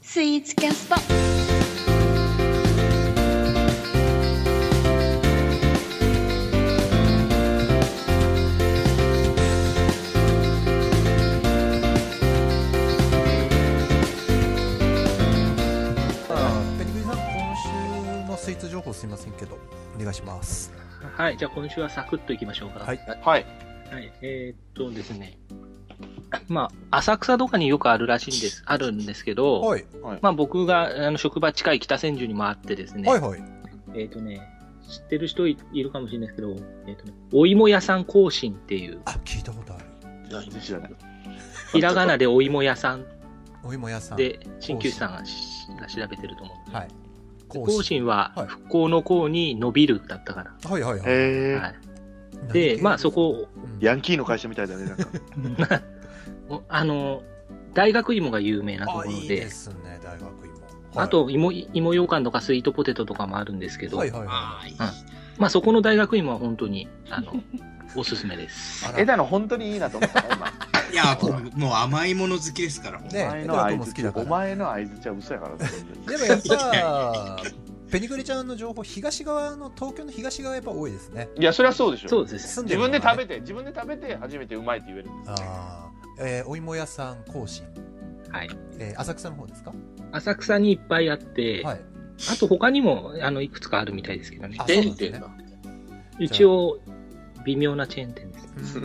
スイーツキャストペリグリさん、今週のスイーツ情報すみませんけど、お願いします。はい、じゃあ今週はサクッといきましょうか。はい。はい。はい、えーっとですね。まあ、浅草とかによくあるらしいんです、あるんですけど、はい。まあ僕が、あの、職場近い北千住にもあってですね、はいはい。えーっとね、知ってる人いいるかもしれないですけど、えーっとね、お芋屋さん更新っていう、あ、聞いたことある。全然知らない。ひらがなでお芋屋さんお芋屋さん。で、鍼灸師さんがしが調べてると思う。はい。更新ははい復興の項に伸びるだったかはいはいはい。ら。へはえ。い、で、まあそこ。こをうんヤンキーの会社みたいだね、なんか。 おあの、大学芋が有名なとこあ、ろで、いいですね、大学芋。はいあ、と芋、芋羊羹とかスイートポテトとかもあるんですけど、はいはいはあーいいまあそこの大学芋は本当に、あの、 おすすめです。い。あら 枝の本当にいいなと思ったな、今。いや僕もう甘いもの好きですから、ねお前の枝合も好図きだからお前の合図ちゃ嘘やからね。でもやっぱ、ペニグリちゃんの情報、東側の、東京の東側やっぱ多いですね。いや、そりゃそうでしょ。そうです。住ん自るの分がねで食べて、自分で食べて初めてうまいって言えるんです。あーえーお芋屋さん更新。はい。えー浅草の方ですか浅草にいっぱいあって、はい。あと他にも、あの、いくつかあるみたいですけどねあ。チェーン店だ。一応、微妙なチェーン店です。う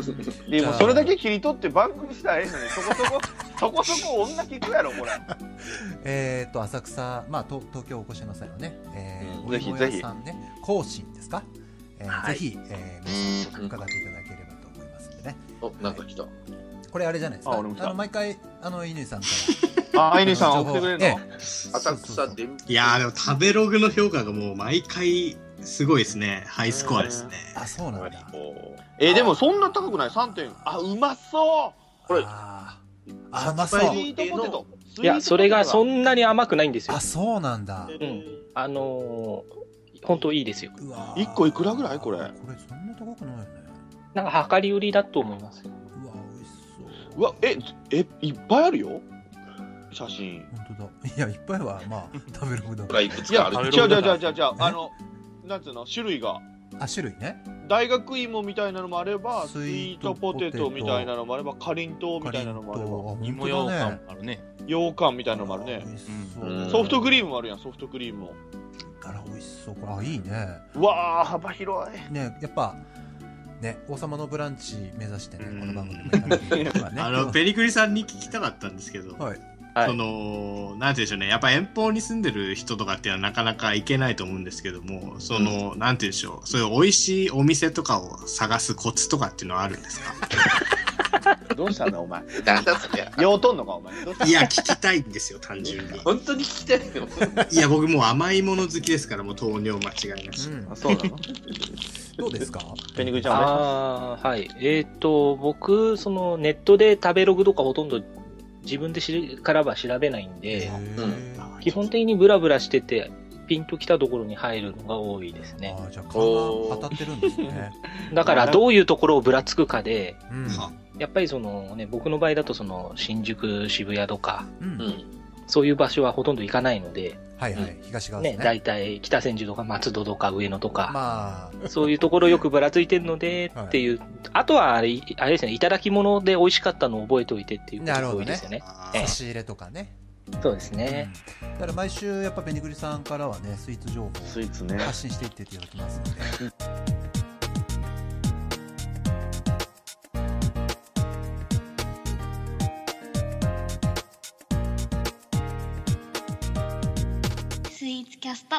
んでもうそれだけ切り取って番組したらええのに、そこそこ、そこそこ女聞くやろ、これ。えー、と浅草、まあ、東東京お越しの際はね、えーうんお芋ぜひぜ屋ひさんね、更新ですか、えーはいぜひ、えー皆さん伺っていただければと思いますんでね、おなんか来たこれ、あれじゃないですか、ああ俺も来たの毎回、あの乾さんかあ、ら、犬さんあ送ってくれるの、ええ浅草でいやーでも食べログの評価がもう毎回すごいですねハイスコアですねあそうなんだ、えでもそんな高くない ?3 点。あ、うまそこれあーああうまそううスイスパイートポテト。スイートポテトいや、それがそんなに甘くないんですよあ。そうなんだ、うん。あのー本当いいですよ。うわ一個いくらぐらいこれこれ、そんな高くないよね、なんか、量り売りだと思います。うわ、美味しそう、うわ、え、え、いっぱいあるよ。写真。本当だ、いや、いっぱいは、まあ、食べるほど、がいくついやかあ、る。じゃじゃじゃじゃじゃあの、なんつうの、種類が。あ種類ね、大学芋みたいなのもあればススイーイートトポポテテトトみたいなのもあればかりんとうみたいなのもあれば芋よよううかかんんあるね。羊羹みたいなのもあるね美味しそううんソフトクリームもあるやんソフトクリームもから美味しそうこれあいいねうわあ幅広いねやっぱね王様のブランチ目指してねうんこの番組もやらなきゃいけないからねあのペリクリさんに聞きたかったんですけど、はいはいそのなんて言うんでしょうねやっぱ遠方に住んでる人とかっていうのはなかなか行けないと思うんですけどもその、なんて言うんでしょうそういう美味しいお店とかを探すコツとかっていうのはあるんですかどうしたんだお前なんだそりゃ。ようとんのかお前どうしたいや聞きたいんですよ単純に本当に聞きたいよ。いや僕もう甘いもの好きですからもう糖尿間違いなし、うんあそう なのどうですかペニグリちゃんお願いしまああ、はい。えっ、と、僕、その、ネットで食べログとかほとんど自分で知るからは調べないんへで、ーうん基本的にブラブラしてて、ピンときたところに入るのが多いですね。あじゃあ顔が当たってるんですねだから、どういうところをぶらつくかで、うんはやっぱりそのね、僕の場合だとその、新宿、渋谷とか、うんううんん。そういう場所はほとんど行かないので、はいはい東側でね、す大ね体北千住とか松戸とか上野とか、まあそういうところよくばらついてるのではいっていう、あとはあれあれですね、いただき物で美味しかったのを覚えておいてっていうことなるがほどね多いですよね。あえー差し入れとかねそうですうねん。だから毎週やっぱベニグリさんからはねスイーツ情報をすスイーツね発信していっていただきますのでスイーツキャスト